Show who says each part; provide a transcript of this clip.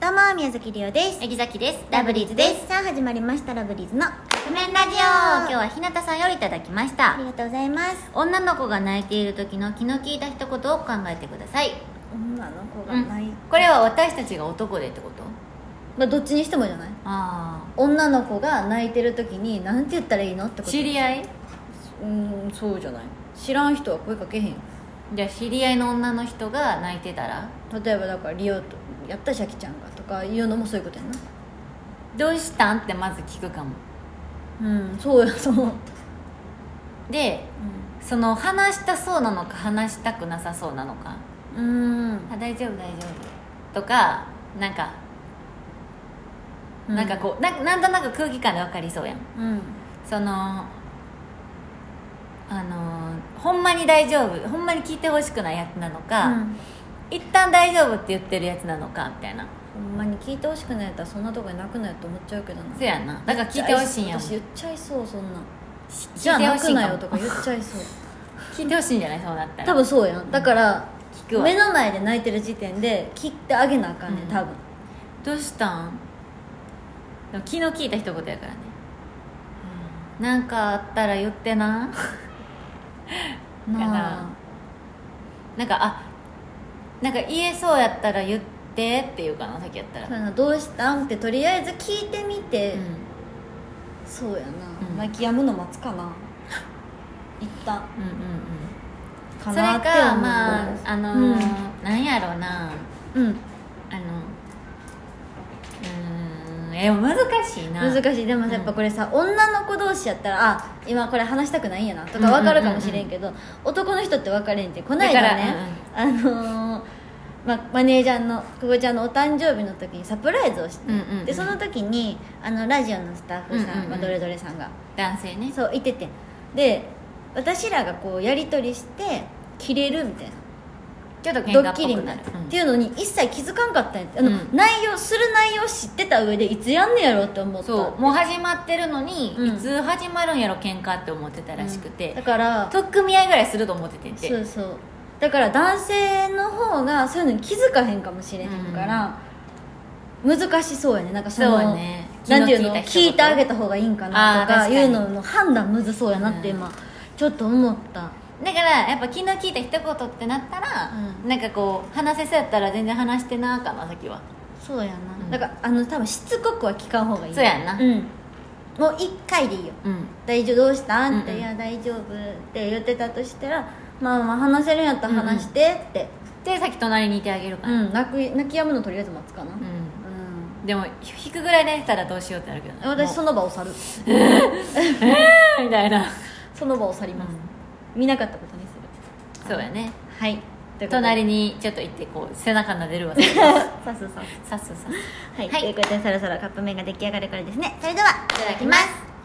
Speaker 1: どうも宮崎りおです
Speaker 2: えぎざきです
Speaker 1: ラブリーズですさあ始まりましたラブリーズの
Speaker 2: 「面ラジオ」今日は日向さんよりいただきまし
Speaker 1: あ
Speaker 2: た
Speaker 1: りがとうございます
Speaker 2: 女の子が泣いている時の気の利いた一言を考えてください、
Speaker 1: 女の子
Speaker 2: うんこれは私たちが男でってこと
Speaker 1: まあどっちにしてもじゃない
Speaker 2: あ
Speaker 1: 女の子が泣いてる時になんて言ったらいいのってこ
Speaker 2: あ
Speaker 1: と
Speaker 2: 知り合い
Speaker 1: ー
Speaker 2: う
Speaker 1: んそうじゃない知らん人は声かけへんよ
Speaker 2: じゃあ知り合いの女の人が泣いてたら
Speaker 1: 例えばだからリオとやったらシャキちゃんがとか言うのもそういうことやな
Speaker 2: 「どうしたん?」ってまず聞くかも
Speaker 1: うんそうやそう、うん、
Speaker 2: でその話したそうなのか話したくなさそうなのか
Speaker 1: うーん
Speaker 2: 「あ大丈夫大丈夫」とかなんか、なんかこうななんとなく空気感で分かりそうやん
Speaker 1: うん
Speaker 2: そのあのほんまに大丈夫ほんまに聞いてほしくないやつなのか、
Speaker 1: うん
Speaker 2: 一旦大丈夫って言ってるやつなのかみたいな
Speaker 1: ほんまに聞いてほしくないやったらそんなとこに泣くなよって思っちゃうけどな
Speaker 2: そうやんなだから聞いてほしいんやもん
Speaker 1: 私言っちゃいそうそんなじ
Speaker 2: 聞
Speaker 1: ゃ
Speaker 2: い
Speaker 1: あ
Speaker 2: て
Speaker 1: 泣
Speaker 2: ほしい
Speaker 1: く
Speaker 2: ん
Speaker 1: な
Speaker 2: か
Speaker 1: よ
Speaker 2: も
Speaker 1: とか言っちゃいそう
Speaker 2: 聞いてほしいんじゃないそうなったら
Speaker 1: 多分そうやんだから
Speaker 2: 聞くわ
Speaker 1: 目の前で泣いてる時点で切ってあげなあかんねん
Speaker 2: うん
Speaker 1: 多分
Speaker 2: どうしたんでも昨日聞いた一言やからねなんかあったら言ってな や
Speaker 1: な
Speaker 2: ななんかあなんか言えそうやったら言ってっていうかなさっきやった
Speaker 1: あ
Speaker 2: ら
Speaker 1: そうやなどうしたんってとりあえず聞いてみて、
Speaker 2: うん
Speaker 1: そうやな、
Speaker 2: うん
Speaker 1: 泣き止むの待つ かな一旦
Speaker 2: うんうんうん
Speaker 1: か
Speaker 2: それ
Speaker 1: な
Speaker 2: か
Speaker 1: って思う
Speaker 2: まああのーなんやろうな
Speaker 1: うん、うん
Speaker 2: あのうーんえ難しいな
Speaker 1: 難しいでも
Speaker 2: うん
Speaker 1: やっぱこれさ、女の子同士やったらあ今これ話したくないんやなとか分かるかもしれんけど、男の人って分かれんってこないだねあのーま、マネージャーの久保ちゃんのお誕生日の時にサプライズをして、
Speaker 2: うんうんうん
Speaker 1: でその時にあのラジオのスタッフさん、
Speaker 2: うんうんうん
Speaker 1: まあ、どれどれさんが
Speaker 2: 男性ね
Speaker 1: そういててで私らがこうやり取りして切れるみたいな
Speaker 2: ちょっと喧
Speaker 1: ド
Speaker 2: 嘩
Speaker 1: ッキリ
Speaker 2: っぽ
Speaker 1: みた
Speaker 2: くないる
Speaker 1: な、っていうのに一切気づかんかったんやってあの、
Speaker 2: うん
Speaker 1: 内容する内容知ってた上でいつやんねやろって思っ
Speaker 2: うん
Speaker 1: た
Speaker 2: そうもう始まってるのに、
Speaker 1: うん
Speaker 2: いつ始まるんやろ喧嘩って思ってたらしく
Speaker 1: だ
Speaker 2: て、
Speaker 1: から
Speaker 2: 取っ組み合いぐらいすると思っててんて
Speaker 1: そうそうだから男性の方がそういうのに気づかへんかもしれへんから、難しそうやねなんかその
Speaker 2: そうね
Speaker 1: なんていうの
Speaker 2: 昨日
Speaker 1: 聞
Speaker 2: 聞
Speaker 1: い
Speaker 2: いた一
Speaker 1: てあげ
Speaker 2: 言
Speaker 1: た方がいいんかなと
Speaker 2: あ
Speaker 1: か
Speaker 2: ー確かに
Speaker 1: いうのの判断むずそうやなって今、ちょっと思った
Speaker 2: だからやっぱ昨日聞いた一言ってなったら、
Speaker 1: うん
Speaker 2: なんかこう話せそうやったら全然話してなあかなさっきは
Speaker 1: そうやな、
Speaker 2: うん
Speaker 1: だからあの多分しつこくは聞かん方がいい
Speaker 2: そうやんな
Speaker 1: うんもう1回でいいよ
Speaker 2: うん
Speaker 1: 大丈夫どうしたんって、
Speaker 2: うんうん
Speaker 1: いや大丈夫って言ってたとしたらまあまあ話せるんやったら話してって、
Speaker 2: でさっき隣にいてあげるか
Speaker 1: う
Speaker 2: ら、
Speaker 1: ん泣く泣き止むのとりあえず待つかなう、
Speaker 2: うんんでも引くぐらいでしたらどうしようってなるけどな
Speaker 1: 私そ
Speaker 2: も
Speaker 1: の場を去る
Speaker 2: うみたいな
Speaker 1: その場を去ります、見なかったことにする
Speaker 2: そう やね
Speaker 1: はい
Speaker 2: 隣
Speaker 1: に
Speaker 2: にちょっと行ってこう背中撫 でるわ
Speaker 1: さすさす
Speaker 2: さっすさっす
Speaker 1: はい、
Speaker 2: はい
Speaker 1: ということでそろそろカップ麺が出来上がるからですねそれではい
Speaker 2: ただきます